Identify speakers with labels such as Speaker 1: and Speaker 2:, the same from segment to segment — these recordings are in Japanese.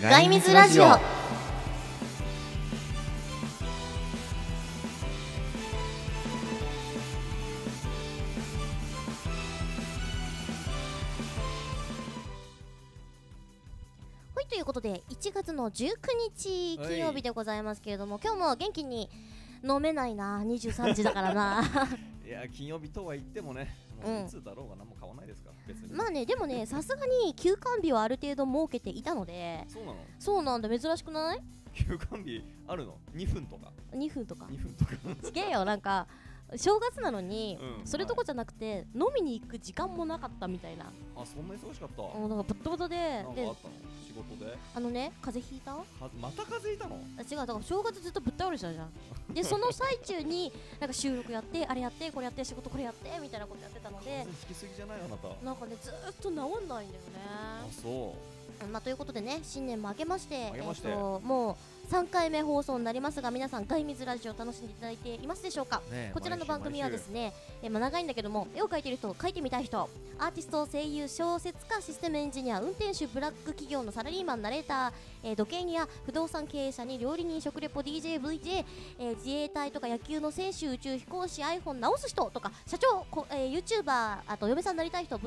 Speaker 1: ガイミズラジオはいということで1月の19日金曜日でございますけれども、今日も元気に飲めないな23時だからな
Speaker 2: いや金曜日とは言ってもね
Speaker 1: う
Speaker 2: も
Speaker 1: ん
Speaker 2: ういつだろうが何も買わないですから別に
Speaker 1: まあねでもねさすがに休館日はある程度設けていたので
Speaker 2: そうなの
Speaker 1: そうなんだ珍しくない
Speaker 2: 休館日あるの2分とか
Speaker 1: ?2 分とか
Speaker 2: 2分と か
Speaker 1: すげえよなんか正月なのに、
Speaker 2: うん
Speaker 1: それどこじゃなくて飲みに行く時間もなかったみたいな、
Speaker 2: あそんな忙しかった
Speaker 1: もうなんかぶっとぶとで
Speaker 2: なんか
Speaker 1: で
Speaker 2: あったの仕事で
Speaker 1: あのね風邪ひいたあ
Speaker 2: かまた風邪ひいたの
Speaker 1: 違うだから正月ずっとぶっ倒れてたじゃんでその最中になんか収録やってあれやってこれやって仕事これやってみたいなことやってたの
Speaker 2: 風
Speaker 1: で
Speaker 2: 邪ひきすぎじゃないあなた
Speaker 1: なんかねずーっと治んないんだよね
Speaker 2: あそ
Speaker 1: まあ、ということでね新年も明けまして
Speaker 2: 明けまして
Speaker 1: えっともう3回目放送になりますが皆さん「外水ラジオ」楽しんでいただいていますでしょうか
Speaker 2: うねえ
Speaker 1: こちらの
Speaker 2: 毎
Speaker 1: 番
Speaker 2: 週
Speaker 1: 組は
Speaker 2: 毎
Speaker 1: で
Speaker 2: 週
Speaker 1: すね、えーまあ、長いんだけども絵を描いてる人描いてみたい人アーティスト声優小説家システムエンジニア運転手ブラック企業のサラリーマンナレーター、えー、土建や不動産経営者に料理人食レポ DJVJ、えー自衛隊とか野球の選手宇宙飛行士 iPhone 直す人とか社長こ、えー、YouTuber あとお嫁さんになりたい人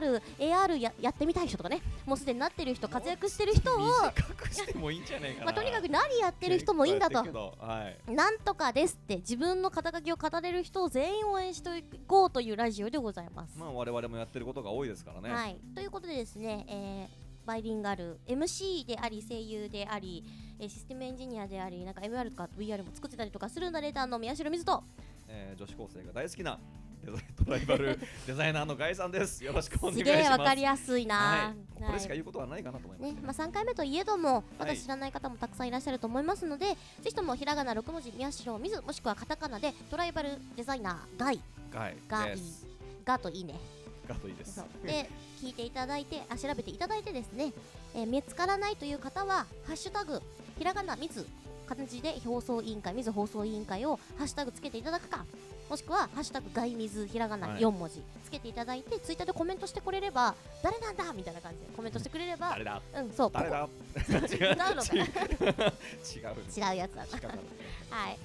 Speaker 1: VRMRAR ややってみたい人とかねもうすでになってる人活躍してる人を、
Speaker 2: 短くしてもいいんじゃないかな
Speaker 1: まあ、とにかく何やってる人もいいんだ
Speaker 2: 結
Speaker 1: と
Speaker 2: 構やってるけど はい
Speaker 1: なんとかですって自分の肩書きを語れる人を全員応援していこうというラジオでございます。
Speaker 2: まあ我々もやってることが多いですからね
Speaker 1: はい、ということでですね、えーバイリンガル MC であり声優であり、えーシステムエンジニアでありなんか MR とか VR も作ってたりとかするナレーターの宮代水と
Speaker 2: えー女子高生が大好きなデザイントライバ ルデザイナーのガイさんですよろしくお願い
Speaker 1: す
Speaker 2: し
Speaker 1: げ
Speaker 2: ます
Speaker 1: えわかりやすい
Speaker 2: は、。
Speaker 1: ない
Speaker 2: これしか言うことはないかなと思います
Speaker 1: ね
Speaker 2: ね、
Speaker 1: まあ、3回目といえどもま
Speaker 2: は
Speaker 1: だ
Speaker 2: い
Speaker 1: 知らない方もたくさんいらっしゃると思いますので、ぜひともひらがな6文字宮代水もしくはカタカナでトライバルデザイナーガイ
Speaker 2: はい、
Speaker 1: がいい
Speaker 2: です
Speaker 1: がといいね
Speaker 2: がといいです
Speaker 1: そうで聞いていただいてあ調べていただいてですね、えー見つからないという方は「ハッシュタグひらがなみず」漢字で放送委員会みず放送委員会をハッシュタグつけていただくかもしくは「ハッシュタグ外みずひらがな
Speaker 2: はい
Speaker 1: 4文字」つけていただいてツイッターでコメントしてくれれば「誰なんだ!」みたいな感じでコメントしてくれれば
Speaker 2: 誰だ
Speaker 1: うんそう
Speaker 2: 誰
Speaker 1: こ
Speaker 2: だ違う違う違う
Speaker 1: 違うのかなこ違うやつだ
Speaker 2: 引っか
Speaker 1: な
Speaker 2: かる
Speaker 1: はい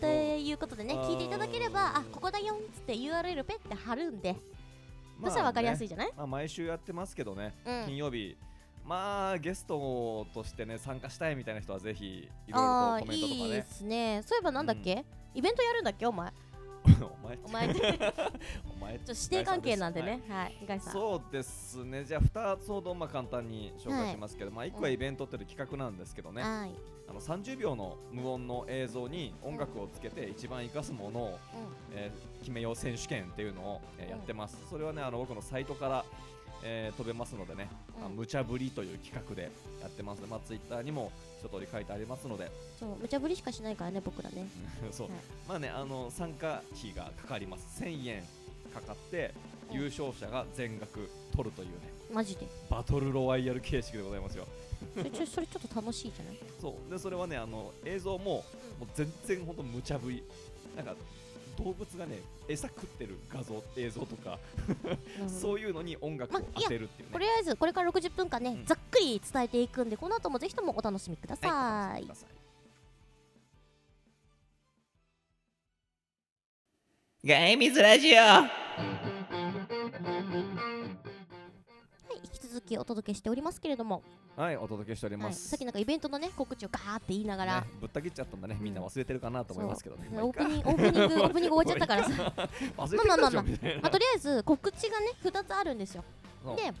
Speaker 1: ということでね
Speaker 2: あー
Speaker 1: 聞いていただければあここだよんっつって URL ペって貼るんで
Speaker 2: ま
Speaker 1: そしたら分かりやす
Speaker 2: い、
Speaker 1: いじゃない、
Speaker 2: まあ、毎週やってますけどね、
Speaker 1: うん
Speaker 2: 金曜日まあゲストとしてね参加したいみたいな人はぜひいろ
Speaker 1: あ
Speaker 2: いろとコメントとか
Speaker 1: ーいいで
Speaker 2: ね
Speaker 1: すねそういえばなんだっけ、イベントやるんだっけお前
Speaker 2: お前
Speaker 1: お前ちょっ
Speaker 2: お前
Speaker 1: と指定関係なんでねはい伊賀さん
Speaker 2: そうですねじゃあ2つほどまあ簡単に紹介しますけど、まあ1個は
Speaker 1: うん
Speaker 2: イベントっていう企画なんですけどね、
Speaker 1: はい
Speaker 2: あの30秒の無音の映像に音楽をつけて一番生かすものをえー決めよう選手権っていうのを、えー
Speaker 1: うん
Speaker 2: やってます、それはねあの僕のサイトから、えー飛べますのでね、
Speaker 1: うん
Speaker 2: あの無茶ぶりという企画でやってますので、まあ、ツイッターにも一通り書いてありますので
Speaker 1: そう無茶ぶりしかしないからね僕らね
Speaker 2: そう、
Speaker 1: はい
Speaker 2: まあねあの参加費がかかります1000円かかって
Speaker 1: うん
Speaker 2: 優勝者が全額取るというね
Speaker 1: マジで
Speaker 2: バトルロワイヤル形式でございますよ
Speaker 1: それちょそれちょっと楽しいじゃない
Speaker 2: そうでそれはねあの映像も,、
Speaker 1: う
Speaker 2: も
Speaker 1: ん
Speaker 2: う全然ほんと無茶ぶりなんか動物がね餌食ってる画像映像とか
Speaker 1: なるほど
Speaker 2: そういうのに音楽を当てるっていうね。
Speaker 1: とりあえずこれから60分間ね、
Speaker 2: うん
Speaker 1: ざっくり伝えていくんでこの後もぜひともお楽しみください、
Speaker 2: はいお楽しみください
Speaker 3: ガイミズラジオ
Speaker 1: はい、引き続きお届けしておりますけれども、
Speaker 2: はい、お届けしており
Speaker 1: は
Speaker 2: ま
Speaker 1: い、
Speaker 2: す。
Speaker 1: さっきなんかイベントのね告知をガーって言いながら、
Speaker 2: ね、ぶった切っちゃったんだね。みんな忘れてるかなと思いますけどね。まあい
Speaker 1: オ
Speaker 2: い
Speaker 1: ー
Speaker 2: か
Speaker 1: プニングオープニングオープニング終わっちゃったからさ
Speaker 2: 忘れてるでしょみたい
Speaker 1: ま
Speaker 2: な
Speaker 1: あ、。とりあえず告知がね2つあるんですよ
Speaker 2: そう
Speaker 1: で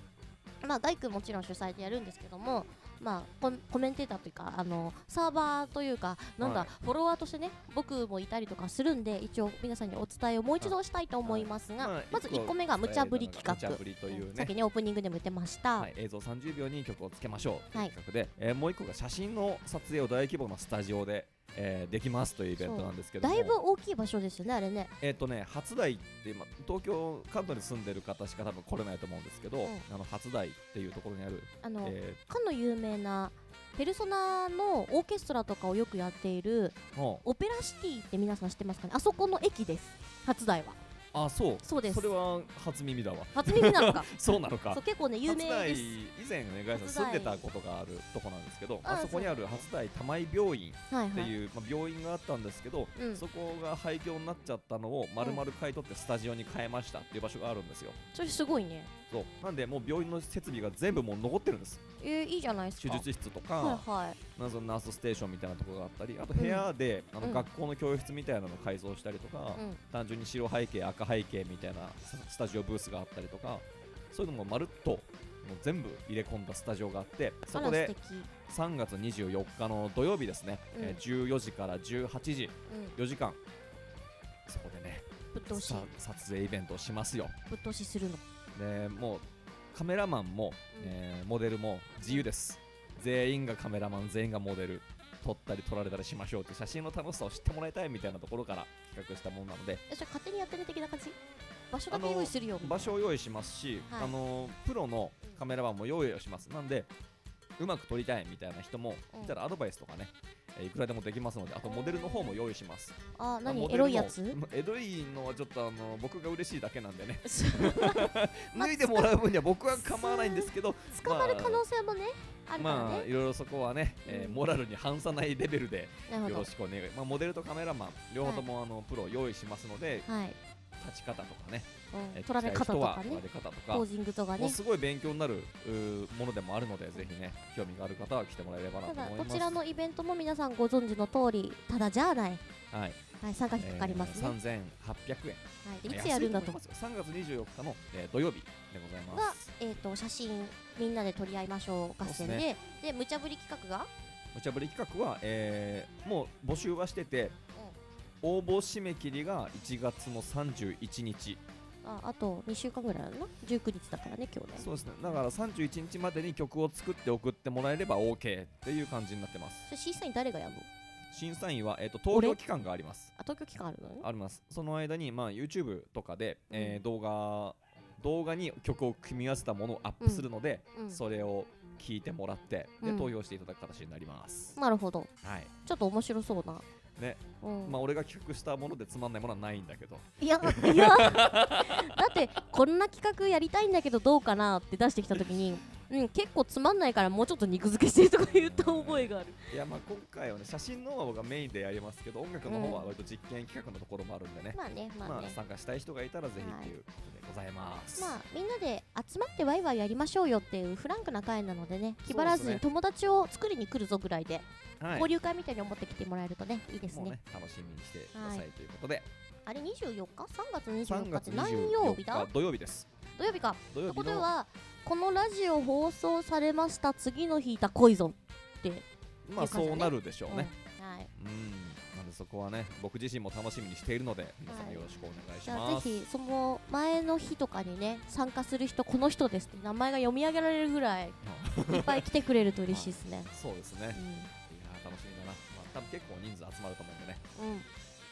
Speaker 1: まあガイ君もちろん主催でやるんですけどもまあコメコメンテーターというかあのサーバーというかなんだ、
Speaker 2: はい
Speaker 1: フォロワーとしてね僕もいたりとかするんで一応皆さんにお伝えをもう一度したいと思いますが、
Speaker 2: まあ
Speaker 1: まず1個目が無茶ぶり企
Speaker 2: 無茶
Speaker 1: 画
Speaker 2: ぶりという
Speaker 1: さっ
Speaker 2: ね
Speaker 1: き。ねオープニングでも言ってました、
Speaker 2: はい、映像30秒に曲をつけましょうと
Speaker 1: はいいう
Speaker 2: 企画で、えーもう一個が写真の撮影を大規模なスタジオで、えーできますというイベントなんですけど
Speaker 1: だ
Speaker 2: も
Speaker 1: いぶ大きい場所ですよねあれね
Speaker 2: えっ、とね初台って今東京関東に住んでる方しか多分来れないと思うんですけど、
Speaker 1: うん
Speaker 2: あの初台っていうところにある、
Speaker 1: あの、
Speaker 2: え
Speaker 1: かの有名なペルソナのオーケストラとかをよくやっている
Speaker 2: ー、もう
Speaker 1: オペラシティって皆さん知ってますかねあそこの駅です初台は
Speaker 2: ああそう
Speaker 1: そうです
Speaker 2: それは初耳だわ
Speaker 1: 初耳なのか
Speaker 2: そうなのか
Speaker 1: そう結構ね有名です
Speaker 2: 初台以前ねガイさん住んでたことがあるとこなんですけど
Speaker 1: あ
Speaker 2: あそこにある初台玉井病院
Speaker 1: はい
Speaker 2: って
Speaker 1: はい
Speaker 2: いう、まあ、病院があったんですけど、
Speaker 1: うん
Speaker 2: そこが廃業になっちゃったのを丸々買い取ってスタジオに変えましたっていう場所があるんですよ
Speaker 1: それすごいね
Speaker 2: そうなんでもう病院の設備が全部もう残ってるんです
Speaker 1: えー、いいじゃないです
Speaker 2: 手
Speaker 1: か
Speaker 2: 術室とか、
Speaker 1: はいはい
Speaker 2: なんかそのナースステーションみたいなところがあったりあと
Speaker 1: うん
Speaker 2: 部屋で、あ
Speaker 1: うん
Speaker 2: の学校の教室みたいなのを改装したりとか、
Speaker 1: うん
Speaker 2: 単純に白背景赤背景みたいなススタジオブースがあったりとかそういうのもまるっともう全部入れ込んだスタジオがあってそこ
Speaker 1: あら素
Speaker 2: で
Speaker 1: 敵
Speaker 2: 3月24日の土曜日ですね、
Speaker 1: うん
Speaker 2: えー14時から18時
Speaker 1: うん
Speaker 2: 4時間そこでね
Speaker 1: ぶっ通し
Speaker 2: さ撮影イベントをしますよ
Speaker 1: ぶっ通しするの
Speaker 2: でもうカメラマンも、
Speaker 1: うん
Speaker 2: えーモデルも自由です全員がカメラマン全員がモデル撮ったり撮られたりしましょうって写真の楽しさを知ってもらいたいみたいなところから企画したものなので
Speaker 1: えそれ勝手にやってる的な感じ場所だけ
Speaker 2: あの
Speaker 1: 用意するよ
Speaker 2: 場所を用意しますし、
Speaker 1: はい
Speaker 2: あのプロのカメラマンも用意をしますなんでうまく撮りたいみたいな人も
Speaker 1: うん
Speaker 2: いたらアドバイスとかね、えーいくらでもできますのであとモデルの方も用意します
Speaker 1: あ
Speaker 2: まあモ
Speaker 1: 何
Speaker 2: デ
Speaker 1: エ
Speaker 2: ル
Speaker 1: ロ
Speaker 2: も
Speaker 1: いやつ
Speaker 2: エロいのはちょっとあの僕が嬉しいだけなんでね
Speaker 1: まあ
Speaker 2: 脱いでもらう分には僕は構わないんですけど
Speaker 1: 捕まる可能性もねあるから
Speaker 2: まあ
Speaker 1: ね
Speaker 2: いろいろそこはね、えー
Speaker 1: うん
Speaker 2: モラルに反さないレベルで
Speaker 1: な
Speaker 2: よ
Speaker 1: るほ
Speaker 2: ろ
Speaker 1: ど
Speaker 2: しくお願い、まあ、モデルとカメラマン両方ともあの、プロを用意しますので
Speaker 1: はい
Speaker 2: 立ち方とかね、
Speaker 1: う
Speaker 2: え
Speaker 1: ん
Speaker 2: ー
Speaker 1: 取られ方とか
Speaker 2: 来た人は取ら
Speaker 1: ね
Speaker 2: れ方とか
Speaker 1: ポージングとか
Speaker 2: もう
Speaker 1: ね
Speaker 2: すごい勉強になるうーものでもあるのでぜひね興味がある方は来てもらえればな
Speaker 1: た
Speaker 2: と
Speaker 1: だ
Speaker 2: 思い
Speaker 1: こ
Speaker 2: ます
Speaker 1: ちらのイベントも皆さんご存知の通りただじゃあない、
Speaker 2: はい
Speaker 1: はい、参加費かかりますね、
Speaker 2: えー3800円
Speaker 1: はい、でいつやるんだと
Speaker 2: 安い思いますよ3月24日の、えー土曜日でございま
Speaker 1: が
Speaker 2: す、
Speaker 1: えー、と写真みんなで撮り合いましょう合戦で
Speaker 2: そう
Speaker 1: で,、無茶ぶり企画が
Speaker 2: 無茶ぶり企画は、えーもう募集はしてて、応募締め切りが1月の31日
Speaker 1: ああと2週間ぐらいあるな19日だからね今日ね
Speaker 2: そうですねだから31日までに曲を作って送ってもらえれば OK っていう感じになってます
Speaker 1: それ審査員誰がやるの
Speaker 2: 審査員は、えー、と投
Speaker 1: 俺
Speaker 2: 票期間があります
Speaker 1: あ東京期間あるのね
Speaker 2: ありますその間に、まあ、YouTube とかで、えー動画動画に曲を組み合わせたものをアップするので、
Speaker 1: うん
Speaker 2: それを聞いてもらって
Speaker 1: う
Speaker 2: で
Speaker 1: ん
Speaker 2: 投票していただく形になります、
Speaker 1: なるほど
Speaker 2: はい
Speaker 1: ちょっと面白そうな
Speaker 2: ね、
Speaker 1: うん
Speaker 2: まあ俺が企画したものでつまんないものはないんだけど
Speaker 1: いやいやだってこんな企画やりたいんだけどどうかなって出してきた時にうん結構つまんないからもうちょっと肉付けしてとか言った覚えがある
Speaker 2: いやまあ今回はね写真の方がメインでやりますけど音楽の方は割と実験企画のところもあるんでね、
Speaker 1: まあねまあね、
Speaker 2: まあ、参加したい人がいたらぜひっていうことでございます。
Speaker 1: まあみんなで集まってワイワイやりましょうよっていうフランクな会なのでね気張らず
Speaker 2: そうです
Speaker 1: に
Speaker 2: ね
Speaker 1: 友達を作りに来るぞぐらいで、
Speaker 2: はい、
Speaker 1: 交流会みたいに思ってきてもらえるとねいいです
Speaker 2: もう
Speaker 1: ね
Speaker 2: ね楽しみにしてください、
Speaker 1: はい
Speaker 2: ということで、
Speaker 1: あれ24日 ?3 月
Speaker 2: 3
Speaker 1: 24日っ
Speaker 2: 月
Speaker 1: て何曜
Speaker 2: 24
Speaker 1: 日だ
Speaker 2: 日土曜日です。
Speaker 1: 土曜日か
Speaker 2: 土
Speaker 1: とい
Speaker 2: 曜
Speaker 1: うこ
Speaker 2: 日
Speaker 1: と
Speaker 2: の
Speaker 1: はこのラジオ放送されました次の日いた恋ぞ
Speaker 2: まあ
Speaker 1: っていう感じだね
Speaker 2: そうなるでしょうね。
Speaker 1: うんはい
Speaker 2: うん、なんでそこはね僕自身も楽しみにしているので皆
Speaker 1: は
Speaker 2: 様
Speaker 1: い
Speaker 2: よろしくお願いし
Speaker 1: じゃあぜ
Speaker 2: ます。
Speaker 1: ひその前の日とかにね参加する人この人ですって名前が読み上げられるぐらいいっぱい来てくれると嬉しいです ね、
Speaker 2: そうですね。いや
Speaker 1: う
Speaker 2: ー楽しみだな。まあ多分結構人数集まると思うんでね。
Speaker 1: ん、うん、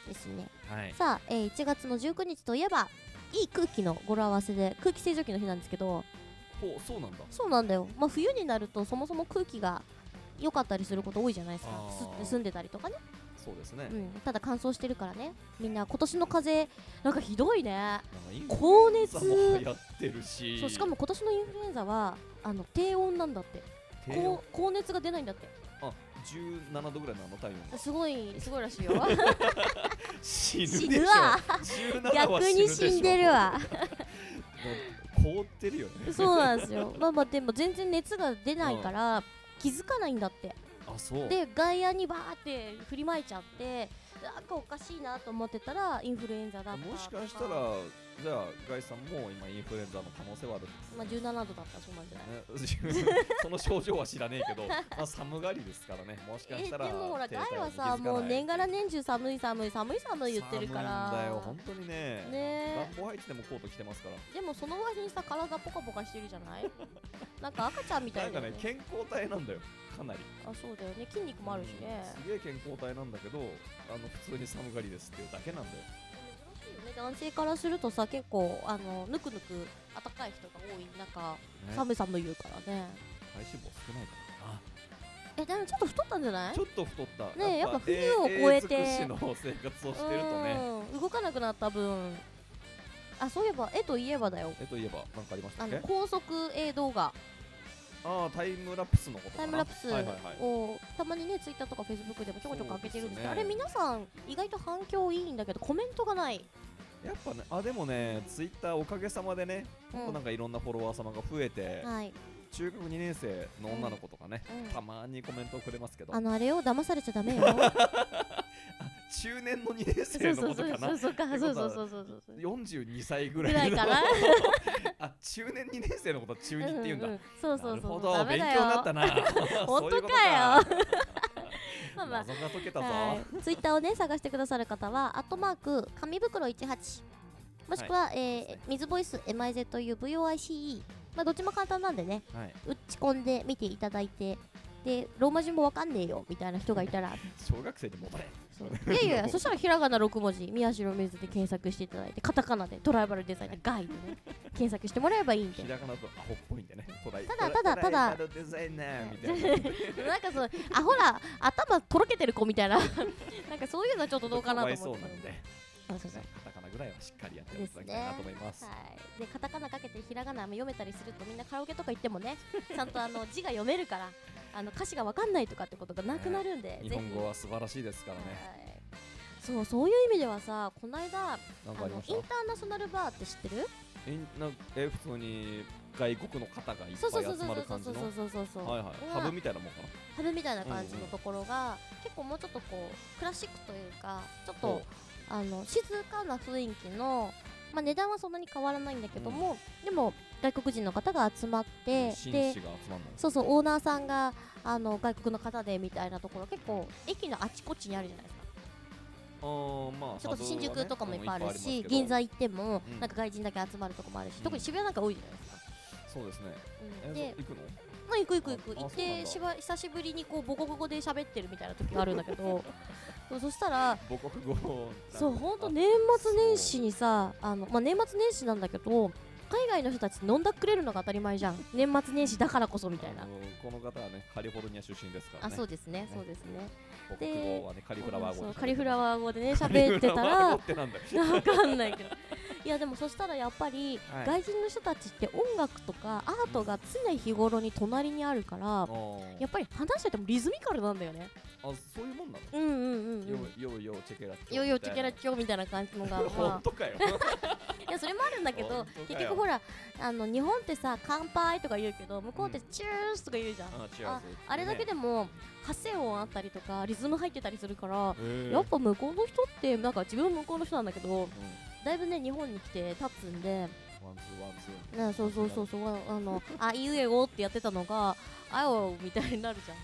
Speaker 1: ですね
Speaker 2: はい。
Speaker 1: さあ、えー1月の19日といえばいい空気の語呂合わせで空気清浄機の日なんですけど
Speaker 2: ほうそうなんだ。
Speaker 1: そうなんだよ、まあ、冬になるとそもそも空気が良かったりすること多いじゃないですか
Speaker 2: あー
Speaker 1: す住んでたりとかね、
Speaker 2: そうですね。
Speaker 1: う
Speaker 2: なん
Speaker 1: ん、ただ乾燥してるからねみんな今年の風邪なんかひどいね
Speaker 2: かインフル
Speaker 1: 高
Speaker 2: エン
Speaker 1: 熱
Speaker 2: ザも流行ってるし。
Speaker 1: そうしかも今年のインフルエンザはあの低温なんだって
Speaker 2: 低温
Speaker 1: 高高熱が出ないんだって
Speaker 2: あ17度ぐらいなの体温。
Speaker 1: すごいすごいら しいよ
Speaker 2: 死ぬでし
Speaker 1: 死
Speaker 2: ょ
Speaker 1: ぬわ
Speaker 2: 17は死
Speaker 1: 逆
Speaker 2: ぬ
Speaker 1: に
Speaker 2: でしょ
Speaker 1: 死んでるわ
Speaker 2: もう凍ってるよね
Speaker 1: そうなんですよまあまあでも全然熱が出ないから気づかないんだって
Speaker 2: あそう
Speaker 1: で外野にバーって振りまいちゃってなんかおかしいなと思ってたらインフルエンザだった
Speaker 2: もしかした
Speaker 1: とから
Speaker 2: じゃあガイさんも今インフルエンザの可能性はある
Speaker 1: まあ、17度だったそうなんじゃない
Speaker 2: ね その症状は知らねえけど、まあ、寒がりですからねもしかしたら
Speaker 1: えでもほら
Speaker 2: 停滞
Speaker 1: 外は
Speaker 2: に気づかな
Speaker 1: さ
Speaker 2: い
Speaker 1: もう年がら年中寒い寒い寒い寒い言ってるから
Speaker 2: 寒いんだよ本当にね
Speaker 1: ねえ
Speaker 2: 暖房入っててもコート着てますから
Speaker 1: でもその割にさ体ポカポカしてるじゃないなんか赤ちゃんみた
Speaker 2: ないん
Speaker 1: だ
Speaker 2: か
Speaker 1: よね
Speaker 2: ね健康体なんだよかなり
Speaker 1: あそうだよね筋肉もあるしね
Speaker 2: うんすげえ健康体なんだけどあの普通に寒がりですっていうだけなんだよ
Speaker 1: 珍しいよね男性からするとさ結構あのぬくぬく暖かい人が多い中
Speaker 2: ね
Speaker 1: 寒い寒い言うからね
Speaker 2: 体脂肪少ないからな
Speaker 1: えでもちょっと太ったんじゃない
Speaker 2: ちょっと太った。
Speaker 1: ねえやっぱ冬を
Speaker 2: え
Speaker 1: 越えて
Speaker 2: 栄養尽くしの生活をしてるとね、
Speaker 1: うん動かなくなった分あそういえば絵といえばだよ
Speaker 2: えといえば何かありました
Speaker 1: あ
Speaker 2: っけ
Speaker 1: の高速映動画
Speaker 2: ああタイムラプスのことかな
Speaker 1: タイムラプス
Speaker 2: はいはいはい
Speaker 1: をたまにねツイッターとかフェイスブックでもちょこちょこ開けてるんですけ
Speaker 2: そ
Speaker 1: どあ
Speaker 2: うで
Speaker 1: れ
Speaker 2: すね
Speaker 1: 皆さん意外と反響いいんだけどコメントがない、
Speaker 2: やっぱねあでもねツイッターおかげさまでね、
Speaker 1: うん
Speaker 2: なんかいろんなフォロワー様が増えて、
Speaker 1: はい
Speaker 2: 中学2年生の女の子とかね、
Speaker 1: うん
Speaker 2: たまにコメントをくれますけど
Speaker 1: あのあれよ騙されちゃダメよそ
Speaker 2: 中年の2年生の
Speaker 1: うそう
Speaker 2: こ
Speaker 1: そ
Speaker 2: と
Speaker 1: う
Speaker 2: か
Speaker 1: そ
Speaker 2: な
Speaker 1: うそうか
Speaker 2: って
Speaker 1: そ
Speaker 2: こと
Speaker 1: うそ
Speaker 2: は
Speaker 1: うそうそうそう
Speaker 2: 42歳 ぐら
Speaker 1: ぐ
Speaker 2: い
Speaker 1: らい
Speaker 2: の
Speaker 1: かな
Speaker 2: あ中年2年生のことは中2って言うんだ、
Speaker 1: んんそうそう
Speaker 2: なる
Speaker 1: そ
Speaker 2: ほ
Speaker 1: う
Speaker 2: ど
Speaker 1: ダメ
Speaker 2: 勉強
Speaker 1: だ
Speaker 2: に
Speaker 1: よ
Speaker 2: なった な
Speaker 1: 本当かよ
Speaker 2: そういうことか
Speaker 1: まあまあ
Speaker 2: 謎が解けたぞ、
Speaker 1: はい、ツイッターをね探してくださる方は「アットマーク紙袋18」もしくは、えー
Speaker 2: そうですね
Speaker 1: 水ボイス MIZUVOICE、まあ、どっちも簡単なんでね
Speaker 2: はい、
Speaker 1: 打ち込んで見ていただいてでローマ字もわかんねえよみたいな人がいたら
Speaker 2: 小学生で戻れ
Speaker 1: そう いやいやそしたらひらがな6文字宮代水で検索していただいてカタカナでトライバルデザイナーガイドね検索してもらえばいいんで
Speaker 2: ひらがなとアホっぽいんでねトライ
Speaker 1: ただただ
Speaker 2: トライ
Speaker 1: た
Speaker 2: バルデザイナーみたいな
Speaker 1: なんかそのあほら頭とろけてる子みたいななんかそういうのはちょっとどうかなと思って
Speaker 2: そうなんで
Speaker 1: そうそうそう
Speaker 2: カタカナぐらいはしっかりやっていただきたいなと思います
Speaker 1: はい、でカタカナかけてひらがなも読めたりするとみんなカラオケとか行ってもねちゃんとあの字が読めるからあの歌詞が分かんないとかってことがなくなるんで、
Speaker 2: 日
Speaker 1: ぜひ
Speaker 2: 本語は素晴らしいですからね
Speaker 1: はいそうそういう意味ではさこの間あ
Speaker 2: なんかあ
Speaker 1: のイ
Speaker 2: りま
Speaker 1: ン
Speaker 2: し
Speaker 1: タ
Speaker 2: た
Speaker 1: ーナショナルバーって知ってる
Speaker 2: えなんえ普通に外国の方がいっ
Speaker 1: そう
Speaker 2: ぱ
Speaker 1: そうそう
Speaker 2: い
Speaker 1: そ
Speaker 2: 集
Speaker 1: う
Speaker 2: まる
Speaker 1: そう
Speaker 2: 感じ
Speaker 1: そう
Speaker 2: の
Speaker 1: そうそうそう
Speaker 2: はいはい
Speaker 1: が
Speaker 2: ハブみたいなもんかな
Speaker 1: ハブみたいな感じのところが、結構もうちょっとこうクラシックというかちょっと
Speaker 2: ほ
Speaker 1: あの静かな雰囲気の、まあ、値段はそんなに変わらないんだけども、でも外国人の方が集まって
Speaker 2: 紳士が
Speaker 1: で
Speaker 2: 集まるの
Speaker 1: そうそうオーナーさんがあの外国の方でみたいなところ結構駅のあちこちにあるじゃないですか
Speaker 2: あーまあ
Speaker 1: それこそ新宿とかもいっぱいあるし、
Speaker 2: うん
Speaker 1: 銀座行っても、
Speaker 2: うん
Speaker 1: なんか外人だけ集まるとこもあるし、
Speaker 2: うん
Speaker 1: 特に渋谷なんか多いじゃないですか、
Speaker 2: そうですね
Speaker 1: うん
Speaker 2: え
Speaker 1: で
Speaker 2: そう行くの
Speaker 1: まあ行く行く行く
Speaker 2: あ
Speaker 1: 行っ
Speaker 2: そうなん
Speaker 1: て
Speaker 2: だ
Speaker 1: しば久しぶりにこう母国語で喋ってるみたいな時があるんだけ どそうそしたら
Speaker 2: 母国語を
Speaker 1: そう
Speaker 2: なんか
Speaker 1: 本当年末年始にさあの、まあ、年末年始なんだけど海外の人たち飲んだくれるのが当たり前じゃん年末年始だからこそみたい
Speaker 2: あ
Speaker 1: な
Speaker 2: のこの方はねカリフォルニア出身ですから
Speaker 1: あ
Speaker 2: ね
Speaker 1: そうですねそうですね
Speaker 2: 母国語はねカリフラワー語
Speaker 1: そう
Speaker 2: で
Speaker 1: カリフラ
Speaker 2: ー
Speaker 1: ワー語でね喋ってたら
Speaker 2: ってなんだ
Speaker 1: わかんないけどいやでもそしたらやっぱり、
Speaker 2: はい
Speaker 1: 外人の人たちって音楽とかアートが常日頃に隣にあるから
Speaker 2: あ、ー
Speaker 1: やっぱり話しててもリズミカルなんだよね
Speaker 2: あそういうもんな
Speaker 1: うんうんうんうん
Speaker 2: のよよよチェケラッチョ
Speaker 1: よいよチェケラ
Speaker 2: ョ
Speaker 1: チョみたいな感じのが、
Speaker 2: 本
Speaker 1: ま
Speaker 2: 当かよ
Speaker 1: あ、いやそれもあるんだけど
Speaker 2: 本当か
Speaker 1: 結
Speaker 2: よ
Speaker 1: 局ほらあの日本ってさ乾杯とか言うけど向こうってチュースとか言うじゃん、
Speaker 2: あチアーズ
Speaker 1: あれだけでも発声音あったりとかリズム入ってたりするから、
Speaker 2: ね
Speaker 1: やっぱ向こうの人ってなんか自分向こうの人なんだけど
Speaker 2: うん
Speaker 1: だいぶね日本に来て立つんで
Speaker 2: ワンツーワンツー
Speaker 1: ね、そうそうそうそうああの「あいうえお」ってやってたのが「あよ」みたいになるじゃん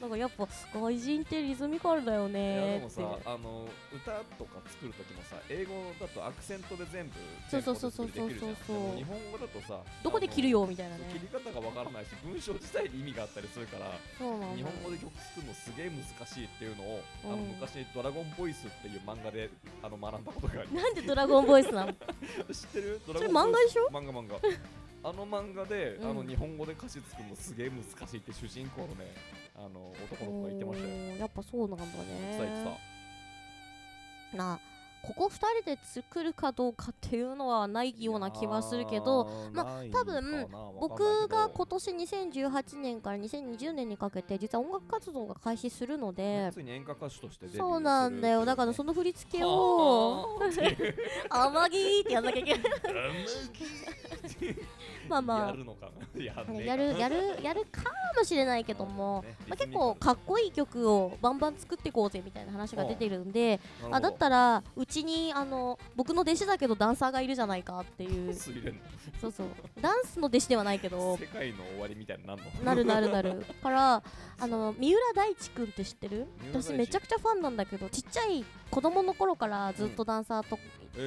Speaker 1: なんかやっぱ外人ってリズミカルだよ
Speaker 2: いやで
Speaker 1: ね
Speaker 2: も
Speaker 1: って
Speaker 2: さあの歌とか作る時もさ英語だとアクセントで全部
Speaker 1: そうそうそうそう
Speaker 2: 全部できるじゃん
Speaker 1: そうそうそう
Speaker 2: でも日本語だとさ
Speaker 1: どこで切るよみたい
Speaker 2: あ
Speaker 1: な
Speaker 2: の
Speaker 1: ね
Speaker 2: そう切り方がわからないし文章自体に意味があったりするから
Speaker 1: そうなん
Speaker 2: 日
Speaker 1: だ
Speaker 2: 本語で曲作るのすげえ難しいっていうのをあの
Speaker 1: うん
Speaker 2: 昔「ドラゴンボイス」っていう漫画であの学んだことがあ りま
Speaker 1: なんでドラゴンボイスな の
Speaker 2: す知ってるドラ
Speaker 1: れ
Speaker 2: ゴンボイス
Speaker 1: 漫画でしょ
Speaker 2: 漫画漫画あの漫画で、あの
Speaker 1: うん
Speaker 2: 日本語で歌詞作るのすげえ難しいって主人公のねあの男の子が言ってましたよ
Speaker 1: おーやっぱそうなんだ
Speaker 2: 伝えて
Speaker 1: ね
Speaker 2: た
Speaker 1: なあここ2人で作るかどうかっていうのはないような気はするけどま
Speaker 2: あ
Speaker 1: 多分僕が今年2018年から2020年にかけて実は音楽活動が開始するので
Speaker 2: ついに演歌歌手としてデビュー
Speaker 1: そうなんだよだからそ
Speaker 2: の
Speaker 1: の振り付けを「甘木」ってやんなきゃいけ ないまあま
Speaker 2: や
Speaker 1: あ
Speaker 2: るのかなやんねえか
Speaker 1: やるやるやるかもしれないけども、まあ、結構かっこいい曲をバンバン作っていこうぜみたいな話が出てるんであだったらうちにあの僕の弟子だけどダンサーがいるじゃないかってい
Speaker 2: ら
Speaker 1: う
Speaker 2: ス入れんの
Speaker 1: そうそうダンスの弟子ではないけど
Speaker 2: 世界の終わりみたいになんの
Speaker 1: なるなる なるからあの三浦大知くんって知ってる
Speaker 2: 三浦大知
Speaker 1: 私めちゃくちゃファンなんだけどちっちゃい子供の頃からずっとダンサーと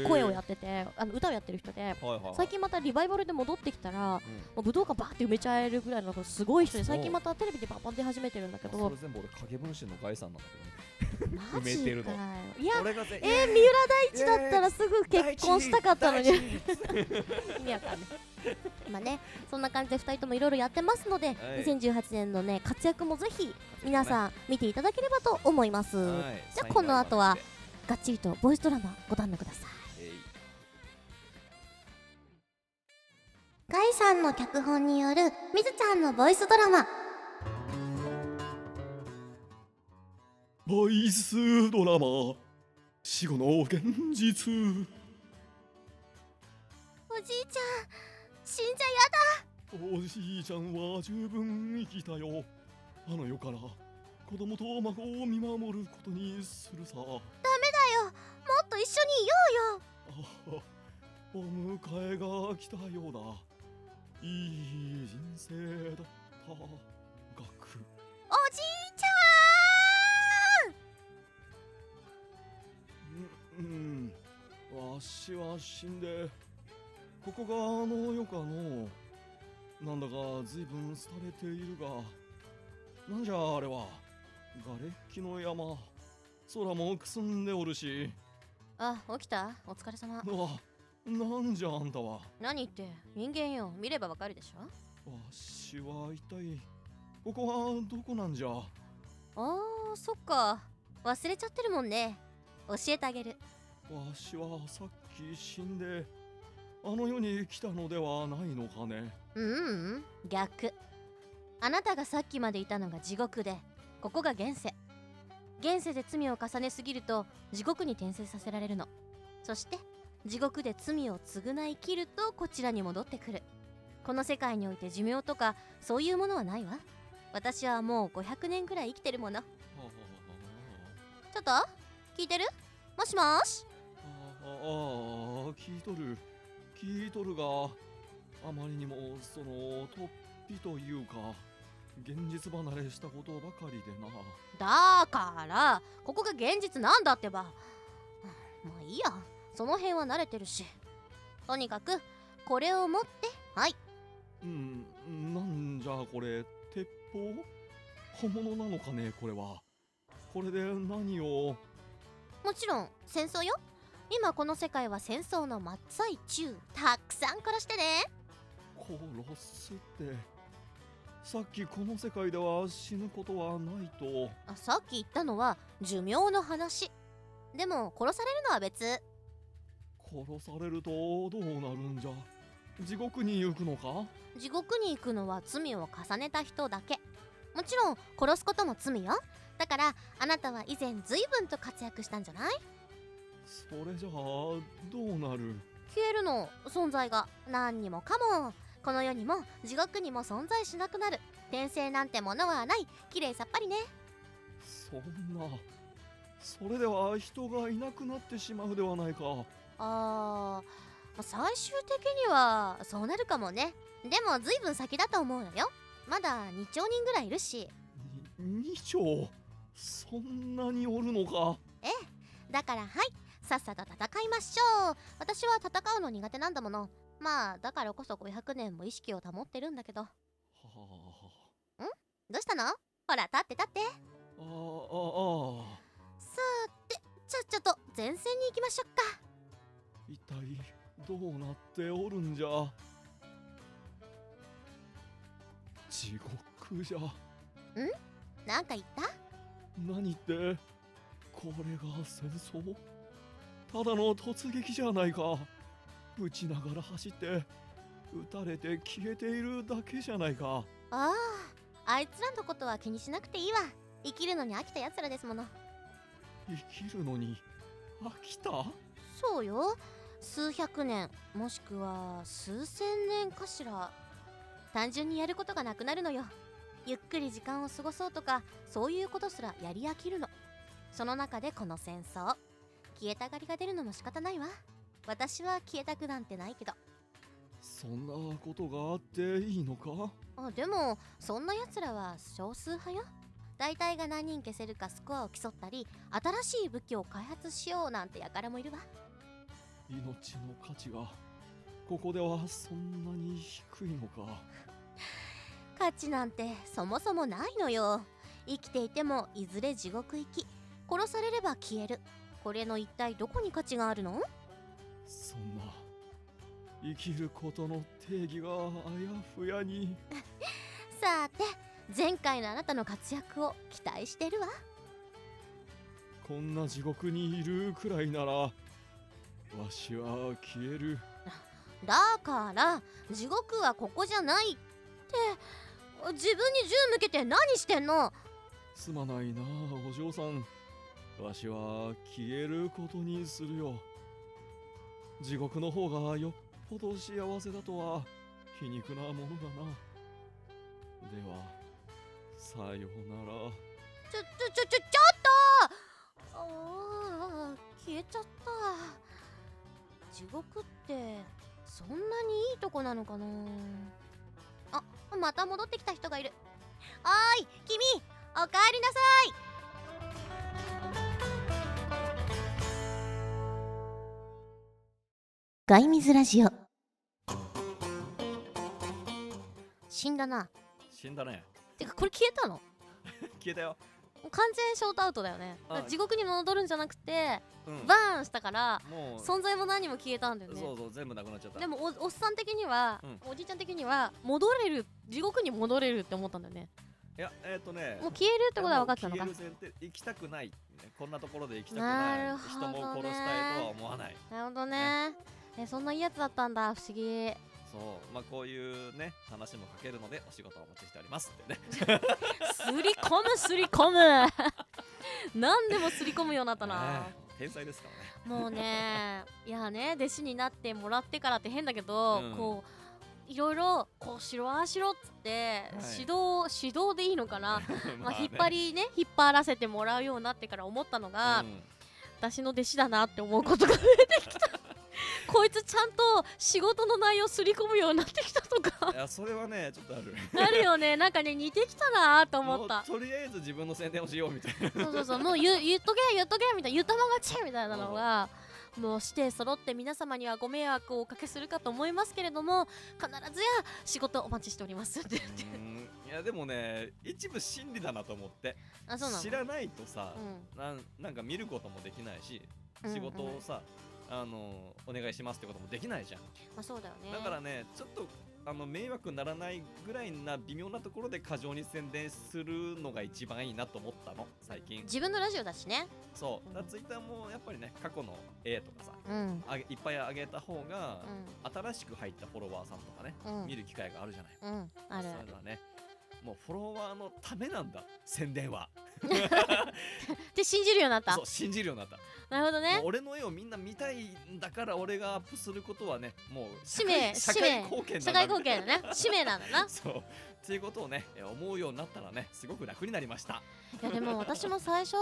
Speaker 1: 声をやってて、あの歌をやってる人で
Speaker 2: はいはいはい
Speaker 1: 最近またリバイバルで戻ってきたら
Speaker 2: うん
Speaker 1: もう武道館バーって埋めちゃえるぐらいのすごい人で
Speaker 2: あそう
Speaker 1: 最近またテレビでバンバン出始めてるんだけ
Speaker 2: まあそ
Speaker 1: ど
Speaker 2: れ全部俺影分身のガイさんなんだけどね
Speaker 1: マ
Speaker 2: 埋め
Speaker 1: ジ
Speaker 2: て
Speaker 1: か
Speaker 2: る
Speaker 1: よ
Speaker 2: の
Speaker 1: いや
Speaker 2: 俺がぜ
Speaker 1: えー、三浦大知だったらすぐ結婚したかったのに
Speaker 2: 大
Speaker 1: 意
Speaker 2: 地
Speaker 1: 味わかんない まあねそんな感じで2人ともいろいろやってますので2018年のね活躍もぜひ皆さん見ていただければと思います
Speaker 2: はい
Speaker 1: じゃあこの後
Speaker 2: 最後ま
Speaker 1: は
Speaker 2: で
Speaker 1: がっちりとボイスドラマご堪能ください
Speaker 2: えい
Speaker 1: 甲斐さんの脚本によるみずちゃんのボイスドラマ
Speaker 4: ボイスドラマ死後の現実
Speaker 1: おじいちゃん死んじゃ
Speaker 4: おじいちゃんは十分生きたよあの世から子供と孫を見守ることにするさ
Speaker 1: やもっと一緒にいようよ
Speaker 4: あはお迎えが来たようだいい人生だったガク
Speaker 1: おじいちゃ
Speaker 4: うんうんわしは死んでここがあの世かのなんだか随分廃れているがなんじゃあれは瓦礫の山空もくすんでおるし
Speaker 1: んあ起きたお疲れ様
Speaker 4: あなんじゃあんたは
Speaker 1: 何言って人間よ見ればわかるでしょ
Speaker 4: わしは一体ここはどこなんじゃ
Speaker 1: あーそっか忘れちゃってるもんね教えてあげる
Speaker 4: わしはさっき死んであの世に来たのではないのかね
Speaker 1: うんううん逆あなたがさっきまでいたのが地獄でここが現世現世で罪を重ねすぎると地獄に転生させられるのそして地獄で罪を償い切るとこちらに戻ってくるこの世界において寿命とかそういうものはないわ私はもう500年くらい生きてるものち
Speaker 4: あ
Speaker 1: ょっと聞いてるもしもーし
Speaker 4: あああ聞いとる聞いとるがあまりにもその突飛というか現実離れしたことばかりでな
Speaker 1: だからここが現実なんだってばうんまあいいやその辺は慣れてるしとにかくこれを持ってはい
Speaker 4: うんなんじゃこれ鉄砲本物なのかねこれはこれで何を
Speaker 1: もちろん戦争よ今この世界は戦争の真っ最中たくさん殺してね
Speaker 4: 殺すってさっきこの世界では死ぬことはないと
Speaker 1: あさっき言ったのは寿命の話でも殺されるのは別
Speaker 4: 殺されるとどうなるんじゃ地獄に行くのか
Speaker 1: 地獄に行くのは罪を重ねた人だけもちろん殺すことも罪よだからあなたは以前随分と活躍したんじゃない
Speaker 4: それじゃあどうなる
Speaker 1: 消えるの存在が何にもかもこの世にも地獄にも存在しなくなる転生なんてものはないきれいさっぱりね
Speaker 4: そんなそれでは人がいなくなってしまうではないか
Speaker 1: あー最終的にはそうなるかもねでも随分先だと思うのよまだ2兆人ぐらいいるし
Speaker 4: に2丁そんなにおるのか
Speaker 1: だからはいさっさと戦いましょう私は戦うの苦手なんだものまあだからこそ500年も意識を保ってるんだけど
Speaker 4: は
Speaker 1: どうしたのほら立って立って
Speaker 4: あああああ
Speaker 1: さーてちゃっちゃと前線に行きましょうか
Speaker 4: 一体どうなっておるんじゃ地獄じゃ
Speaker 1: なんか言った
Speaker 4: 何ってこれが戦争ただの突撃じゃないか撃ちながら走って撃たれて消えているだけじゃないか
Speaker 1: あああいつらのことは気にしなくていいわ生きるのに飽きたやつらですもの
Speaker 4: 生きるのに飽きた
Speaker 1: そうよ数百年もしくは数千年かしら単純にやることがなくなるのよゆっくり時間を過ごそうとかそういうことすらやり飽きるのその中でこの戦争消えたがりが出るのも仕方ないわ私は消えたくなんてないけど
Speaker 4: そんなことがあっていいのか
Speaker 1: あでもそんな奴らは少数派よ大体が何人消せるかスコアを競ったり新しい武器を開発しようなんて輩もいるわ
Speaker 4: 命の価値がここではそんなに低いのか
Speaker 1: 価値なんてそもそもないのよ生きていてもいずれ地獄行き殺されれば消えるこれの一体どこに価値があるの
Speaker 4: そんな生きることの定義があやふやに
Speaker 1: さて前回のあなたの活躍を期待してるわ
Speaker 4: こんな地獄にいるくらいならわしは消える
Speaker 1: だから地獄はここじゃないって自分に銃向けて何してんの
Speaker 4: すまないなお嬢さんわしは消えることにするよ地獄の方がよっぽど幸せだとは皮肉なものだなではさようなら
Speaker 1: ちょちょちょちょちょっとあー消えちゃった地獄ってそんなにいいとこなのかなあまた戻ってきた人がいるおーい君おかえりなさいガイミズラジオ死んだな
Speaker 2: 死んだね
Speaker 1: てかこれ消えたの
Speaker 2: 消えたよ
Speaker 1: もう完全ショートアウトだよねだから
Speaker 2: あ
Speaker 1: 地獄に戻るんじゃなくて
Speaker 2: うん
Speaker 1: バーンしたから
Speaker 2: もうそ
Speaker 1: 存在も何も消えたんだよ
Speaker 2: う
Speaker 1: ね
Speaker 2: そう全部なくなっちゃった
Speaker 1: でもおおっさん的には、
Speaker 2: う
Speaker 1: おじいちゃん的には戻れる地獄に戻れるって思ったんだよね
Speaker 2: いやえっ、とね
Speaker 1: もう消えるってことは分かってたの
Speaker 2: いや
Speaker 1: か
Speaker 2: もう消える前提行きたくない、ね、こんなところで行きたくない
Speaker 1: なるほどね
Speaker 2: 人も殺したいとは思わない
Speaker 1: なるほどねえそんないいやつだったんだ不思議
Speaker 2: そうまあこういうね話も書けるのでお仕事をお待ちしておりますってね
Speaker 1: すり込むすり 込む何でもすり込むようになったな
Speaker 2: ね 天才ですからね
Speaker 1: も うねいやね弟子になってもらってからって変だけど、
Speaker 2: うん
Speaker 1: こういろいろこうしろああしろっつって、
Speaker 2: はい
Speaker 1: 指導指導でいいの かなまあ、引っ張
Speaker 2: り
Speaker 1: りね引っ張らせてもらうようになってから思ったのが、
Speaker 2: うん
Speaker 1: 私の弟子だなって思うことが増え てきたこいつちゃんと仕事の内容すり込むようになってきたとか
Speaker 2: いやそれはねちょっとある
Speaker 1: あるよねなんかね似てきたなと 思
Speaker 2: も
Speaker 1: っ
Speaker 2: う
Speaker 1: た
Speaker 2: とりあえず自分の宣伝をしようみたいな
Speaker 1: そうそうそう、もう言う言っとけ言っとけみたいな、言ったままちみたいなのが、もうして揃って皆様にはご迷惑をおかけするかと思いますけれども、必ずや仕事お待ちしておりますって言って。
Speaker 2: うんいやでもね一部真理だなと思って
Speaker 1: あ、そうなの
Speaker 2: 知らないとさ、
Speaker 1: うん
Speaker 2: なんなんか見ることもできないし
Speaker 1: うんうん
Speaker 2: 仕事をさ、あのお願いしますってこともできないじゃん、
Speaker 1: まあそうだよね。
Speaker 2: だからねちょっとあの迷惑にならないぐらいな微妙なところで過剰に宣伝するのが一番いいなと思ったの最近
Speaker 1: 自分のラジオだしね。
Speaker 2: そうだからツイッターもやっぱりね過去の絵とかさ
Speaker 1: うん。
Speaker 2: あげいっぱいあげた方が
Speaker 1: う、ん。
Speaker 2: 新しく入ったフォロワーさんとかね、
Speaker 1: うん。
Speaker 2: 見る機会があるじゃない
Speaker 1: うん。ある
Speaker 2: そういう
Speaker 1: ある
Speaker 2: の。はねもうフォロワーのためなんだ宣伝は
Speaker 1: って信じるようになった
Speaker 2: そう。信じるようになった
Speaker 1: なるほど
Speaker 2: も
Speaker 1: ね
Speaker 2: う。俺の絵をみんな見たいんだから俺がアップすることはねもう
Speaker 1: 使命、
Speaker 2: 社
Speaker 1: 使
Speaker 2: 会
Speaker 1: 命
Speaker 2: 貢献。な
Speaker 1: 社
Speaker 2: んだ
Speaker 1: 会貢献だね。使命なんだ な。
Speaker 2: そうっていうことをねえ思うようになったらねすごく楽になりました
Speaker 1: いやでも私も最初、
Speaker 2: う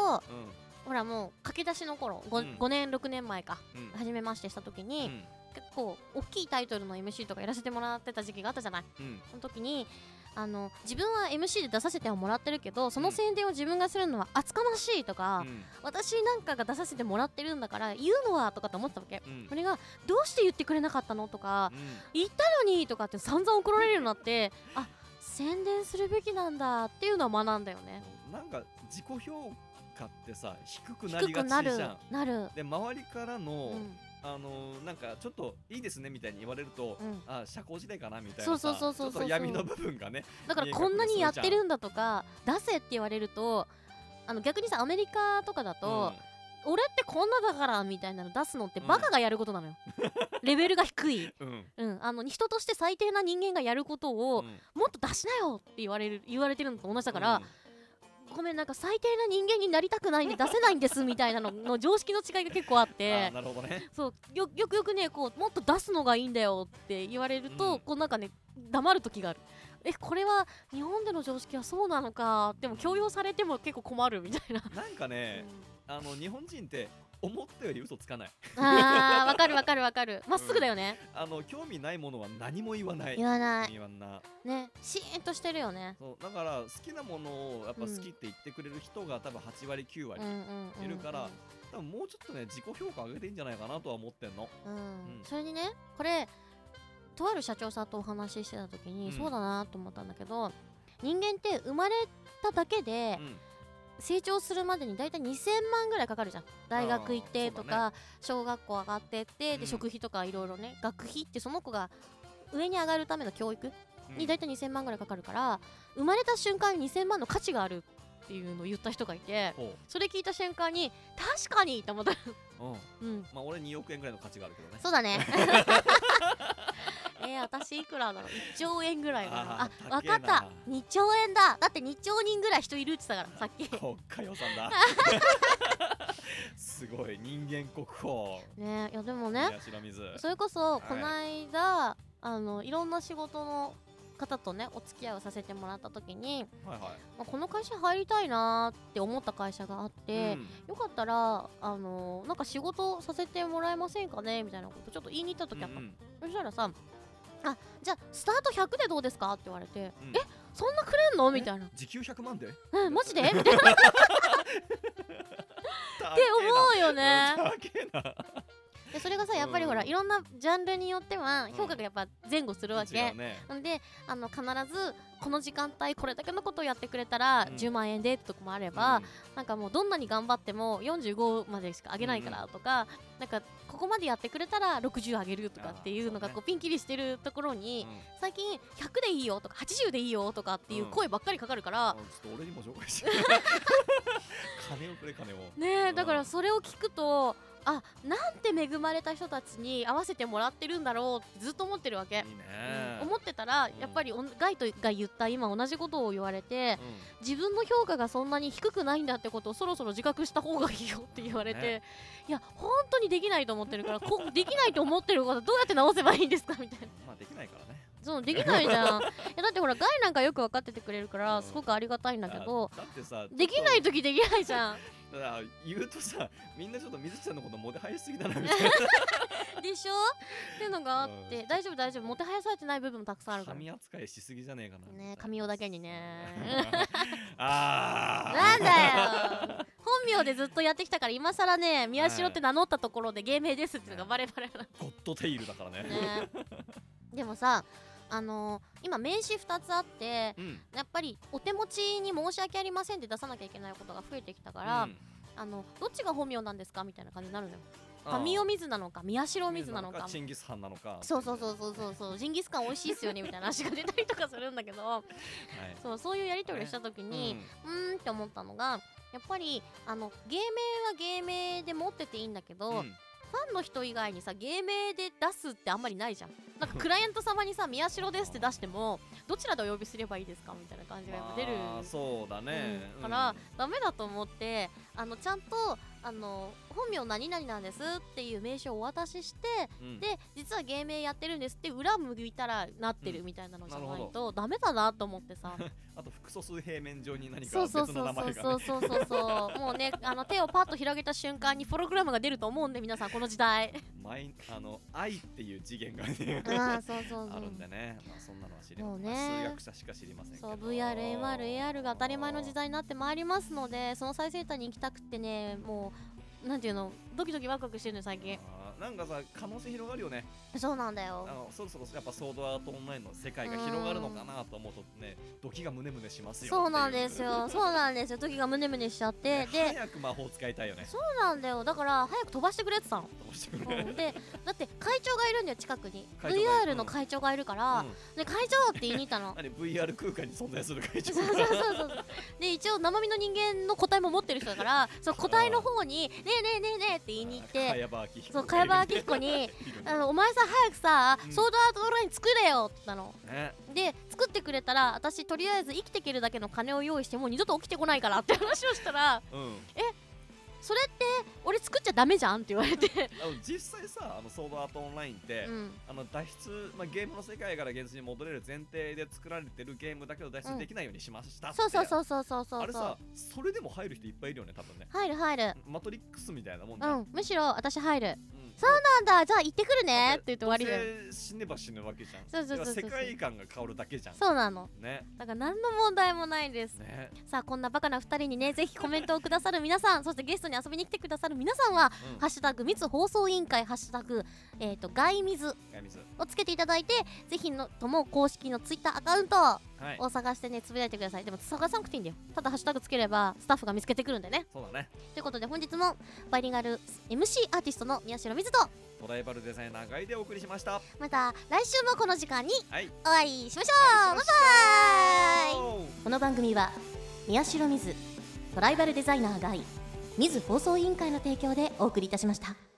Speaker 1: ほらもう駆け出しの頃、ご
Speaker 2: うん
Speaker 1: 5年、6年前か、
Speaker 2: んうん
Speaker 1: 初めましてした時に、
Speaker 2: うん
Speaker 1: 結構大きいタイトルの MC とかやらせてもらってた時期があったじゃない
Speaker 2: うん
Speaker 1: その時にあの自分は MC で出させてはもらってるけどその宣伝を自分がするのは厚かましいとか、
Speaker 2: うん
Speaker 1: 私なんかが出させてもらってるんだから言うのはとかと思ってたわけ、
Speaker 2: うん
Speaker 1: それがどうして言ってくれなかったのとか
Speaker 2: うん
Speaker 1: 言ったのにとかって散々怒られるようになってあ宣伝するべきなんだっていうのは学んだよね
Speaker 2: なんか自己評価ってさ低くな
Speaker 1: 低
Speaker 2: り
Speaker 1: く
Speaker 2: が
Speaker 1: な
Speaker 2: ち
Speaker 1: る
Speaker 2: じゃん
Speaker 1: なる
Speaker 2: で周りから
Speaker 1: う
Speaker 2: の、
Speaker 1: ん
Speaker 2: あのーなんかちょっといいですねみたいに言われると、
Speaker 1: うん
Speaker 2: あ社交辞令かなみたいな
Speaker 1: そう
Speaker 2: さ
Speaker 1: そうそうそうそう
Speaker 2: ちょっと闇の部分がね
Speaker 1: だからこんなにやってるんだとか出せって言われるとあの逆にさアメリカとかだと、俺ってこんなだからみたいなの出すのって
Speaker 2: うん
Speaker 1: バカがやることなのよ、レベルが低 い、
Speaker 2: うんうん
Speaker 1: うん、あの人として最低な人間がやることを、
Speaker 2: うん
Speaker 1: もっと出しなよって言われる言われてるのと同じだから、ごめんなんか最低な人間になりたくないんで出せないんですみたいなのの常識の違いが結構あっ
Speaker 2: うん あー
Speaker 1: て
Speaker 2: なるほど ね
Speaker 1: そうよよくよくねこうもっと出すのがいいんだよって言われると、
Speaker 2: うん
Speaker 1: こうなんかね黙る時があるえこれは日本での常識はそうなのかでも強要されても結構困るみたいな、
Speaker 2: なんかね、あの日本人って思ったより嘘つかない
Speaker 1: あーわかるわかるわかるまっすぐだよね、
Speaker 2: あの興味ないものは何も言わない
Speaker 1: 言わない
Speaker 2: 言わんな
Speaker 1: ねシーンとしてるよね
Speaker 2: そうだから好きなものをやっぱ好
Speaker 1: うん
Speaker 2: きって言ってくれる人が多分8割9
Speaker 1: うん
Speaker 2: 割、
Speaker 1: うんうん
Speaker 2: いるから多分もうちょっとね自己評価上げていいんじゃないかなとは思ってんの
Speaker 1: うん、
Speaker 2: うん
Speaker 1: それにねこれとある社長さんとお話ししてた時に、
Speaker 2: うん
Speaker 1: そうだなと思ったんだけど人間って生まれただけで
Speaker 2: うん
Speaker 1: 成長するまでに大体2000万ぐらいかかるじゃん大学行ってとか、小学校上がってってで、
Speaker 2: うん
Speaker 1: 食費とかいろいろね学費ってその子が上に上がるための教育
Speaker 2: うん
Speaker 1: に大体2000万ぐらいかかるから生まれた瞬間に2000万の価値があるっていうのを言った人がいて
Speaker 2: ほ
Speaker 1: それ聞いた瞬間に確かにって思った、
Speaker 2: ううん
Speaker 1: うん、
Speaker 2: まあ俺2億円ぐらいの価値があるけどね
Speaker 1: そうだね。 えー、私いくらだろう1兆円ぐらいかなあ
Speaker 2: あー
Speaker 1: わかっ
Speaker 2: 高
Speaker 1: た
Speaker 2: え
Speaker 1: 2兆円だだって2兆人ぐらい人いるって言ってたからさっき
Speaker 2: 国家予算 だすごい人間国宝
Speaker 1: ねいやでもね
Speaker 2: 宮代水
Speaker 1: それこそ
Speaker 2: い
Speaker 1: この間、あのいろんな仕事の方とねお付き合いをさせてもらった時に、
Speaker 2: はいは
Speaker 1: まあ、この会社入りたいなーって思った会社があっ
Speaker 2: い
Speaker 1: て、
Speaker 2: うん
Speaker 1: よかったらあのなんか仕事させてもらえませんかねみたいなことちょっと言いに行った時あったの、
Speaker 2: うん
Speaker 1: そしたらさあじゃあスタート100でどうですかって言われて、え
Speaker 2: うん
Speaker 1: そんなくれんのみたいな
Speaker 2: 時給100万でって
Speaker 1: えマジでみたいなって思うよ
Speaker 2: な
Speaker 1: ね
Speaker 2: 高
Speaker 1: でそれがさやっぱりほら、
Speaker 2: うん
Speaker 1: いろんなジャンルによっては
Speaker 2: ん
Speaker 1: 評価がやっぱ前後す
Speaker 2: え
Speaker 1: る
Speaker 2: な
Speaker 1: わけ、
Speaker 2: 違うね
Speaker 1: なんであの必ずこの時間帯これだけのことをやってくれたら
Speaker 2: うん
Speaker 1: 10万円でってとこもあれば、
Speaker 2: あ
Speaker 1: なんかもうどんなに頑張っても45までしか上げない
Speaker 2: う
Speaker 1: か
Speaker 2: ん
Speaker 1: らとか、なんかここまでやってくれたら60上げるとかっていうのが
Speaker 2: あーそうね
Speaker 1: こうピンキリしてるところに、最近100でいいよとか80でいいよとかっていう声ばっかりかかるから、
Speaker 2: ちょっと俺にも紹介して 金をくれ金を
Speaker 1: ね
Speaker 2: う
Speaker 1: え
Speaker 2: ん
Speaker 1: だからそれを聞くとあなんて恵まれた人たちに合わせてもらってるんだろうってずっと思ってるわけ。
Speaker 2: いいね
Speaker 1: うん思ってたら
Speaker 2: うん
Speaker 1: やっぱりおんガイトが言った今同じことを言われて
Speaker 2: うん
Speaker 1: 自分の評価がそんなに低くないんだってことをそろそろ自覚した方がいいよって言われて、
Speaker 2: ね
Speaker 1: いや本当にできないと思ってるからこできないと思ってることどうやって直せばいいんですかみたいな
Speaker 2: まあできないからね
Speaker 1: そのできない じゃんいやだってほらガイなんかよく分かっててくれるか
Speaker 2: う
Speaker 1: ら
Speaker 2: ん
Speaker 1: すごくありがたいんだけど
Speaker 2: あだってさ
Speaker 1: できない
Speaker 2: ちょっ
Speaker 1: 時できないじゃん
Speaker 2: とだから言うとさみんなちょっと水木ちゃんのこともてはやしすぎだなみたいな
Speaker 1: でしょっていうのがあって
Speaker 2: うん
Speaker 1: 大丈夫大丈夫もてはやされてない部分もたくさんあるから
Speaker 2: 髪扱いしすぎじゃねえかなみたいな
Speaker 1: ね髪をだけ にね
Speaker 2: あ
Speaker 1: なんだよ本名でずっとやってきたから今更ね宮代って名乗ったところで芸名ですっていうのがバレバレな
Speaker 2: ーゴッドテイルだからね
Speaker 1: んだ ねでもさあのー今名刺2つあって
Speaker 2: うん
Speaker 1: やっぱりお手持ちに申し訳ありませんって出さなきゃいけないことが増えてきたから、
Speaker 2: うん
Speaker 1: あのどっちが本名なんですかみたいな感じになるのよ
Speaker 2: あー
Speaker 1: 神尾水なのか宮代水なのか
Speaker 2: チンギスハンなのか
Speaker 1: そうそうそうそうそうそうジンギスカン美味しいっすよねみたいな話が出たりとかするんだ けど
Speaker 2: はい
Speaker 1: そうそういうやり取りをした時に、うーんって思ったのがやっぱりあの芸名は芸名で持ってていいんだけど、
Speaker 2: うんう
Speaker 1: フ
Speaker 2: ん
Speaker 1: ァンの人以外にさ芸名で出すってあんまりないじゃんなんかクライアント様にさ「宮代です」って出してもどちらでお呼びすればいいですかみたいな感じがやっぱ出る、
Speaker 2: まあそうだね
Speaker 1: うんからダメだと思ってあのちゃんとあの本名何々なんですっていう名称をお渡しして
Speaker 2: うん
Speaker 1: で実は芸名やってるんですって裏向いたらなってるみたいなのじゃ
Speaker 2: うんな
Speaker 1: な
Speaker 2: る
Speaker 1: い
Speaker 2: ほ
Speaker 1: と、ダメだなと思って さ
Speaker 2: あと複素数平面上に何か
Speaker 1: そう
Speaker 2: 別
Speaker 1: そう
Speaker 2: の
Speaker 1: そう
Speaker 2: 名前
Speaker 1: そ
Speaker 2: が
Speaker 1: うそうそうそうもうねあの手をパッと広げた瞬間にフォログラムが出ると思うんで皆さんこの時代
Speaker 2: マイあの愛っていう次元がね
Speaker 1: あそうそう
Speaker 2: あるんでねまあそんなのは知りま
Speaker 1: もう
Speaker 2: せん
Speaker 1: ね
Speaker 2: 数学者しか知りませんけ
Speaker 1: そ
Speaker 2: ど
Speaker 1: う VRMRAR が当たり前の時代になってまいりますのでその最先端に行きたくってねもうなんていうのドキドキワクワクしてるのよ最近
Speaker 2: あーなんかさ可能性広がるよね
Speaker 1: そうなんだ
Speaker 2: あ
Speaker 1: よ
Speaker 2: のそろそろやっぱソードアートオンラインの世界が広がるのかなと思うとねドキがムネムネしますよ
Speaker 1: そうなんです
Speaker 2: よ
Speaker 1: よそうなんですよ時がムネムネしちゃってで
Speaker 2: 早く魔法使いたいよね
Speaker 1: そうなんだよだから早く飛ばしてくれってさ
Speaker 2: どうしてくれ
Speaker 1: うんでだって会長がいるんだよ近くに
Speaker 2: 会長がいる
Speaker 1: VR の会長がいるから、
Speaker 2: うん
Speaker 1: で会長って言いに 行ったの
Speaker 2: 何 VR 空間に存在する会長
Speaker 1: そうそうそうそうで一応生身の人間の個体も持ってる人だからその個体の方に「ねえねえねえねえ」って言いに行っ
Speaker 2: あー
Speaker 1: て
Speaker 2: 茅場明彦
Speaker 1: そう茅場明彦に
Speaker 2: いるね
Speaker 1: 「あのお前さ早くさ、
Speaker 2: うん
Speaker 1: ソードアートオンライン作れよ」って言ったの
Speaker 2: ね
Speaker 1: で作ってくれたら私とりあえず生きていけるだけの金を用意してもう二度と起きてこないからって話をしたら
Speaker 2: うん
Speaker 1: 「それって俺作っちゃダメじゃん」って言われて、
Speaker 2: あの実際さあのソードアートオンラインって、
Speaker 1: うん、
Speaker 2: あの脱出、まあ、ゲームの世界から現実に戻れる前提で作られてるゲームだけど脱出できないようにしましたって、
Speaker 1: そうそうそうそうそうそ
Speaker 2: あ
Speaker 1: う
Speaker 2: れ
Speaker 1: そう
Speaker 2: さそれでも入る人いっぱいいるよね多分ね
Speaker 1: 入る入る
Speaker 2: マトリックスみたいなもん
Speaker 1: う
Speaker 2: じゃん、
Speaker 1: んむしろ私入る
Speaker 2: うん
Speaker 1: そうなんだじゃあ行ってくるねって言って終わりだよ
Speaker 2: どうせ死ねば死ぬわけじゃん
Speaker 1: そうそうそうそう
Speaker 2: 要は世界観が変わるだけじゃん
Speaker 1: そうなの
Speaker 2: ね
Speaker 1: だから何の問題もないです
Speaker 2: ね、
Speaker 1: さあこんなバカな2人に ねぜひコメントをくださる皆さんそしてゲストに遊びに来てくださる皆さんは「
Speaker 2: うん
Speaker 1: ハッシュタグ密放送委員会」「ハッシュタグ、えー、と外水
Speaker 2: ガミス」
Speaker 1: をつけていただいてぜひのとも公式のツイッターアカウント
Speaker 2: はい
Speaker 1: を探してねつぶやいてくださいでも探さなくていいんだよただハッシュタグつければスタッフが見つけてくるんでね
Speaker 2: そうだね
Speaker 1: ということで本日もバイリンガル MC アーティストの宮代水と
Speaker 2: トライバルデザイナーガイでお送りしました
Speaker 1: また来週もこの時間に
Speaker 2: はい
Speaker 1: お会いしましょうバイバイ
Speaker 2: おう
Speaker 1: この番組は宮代水トライバルデザイナーがい水放送委員会の提供でお送りいたしました。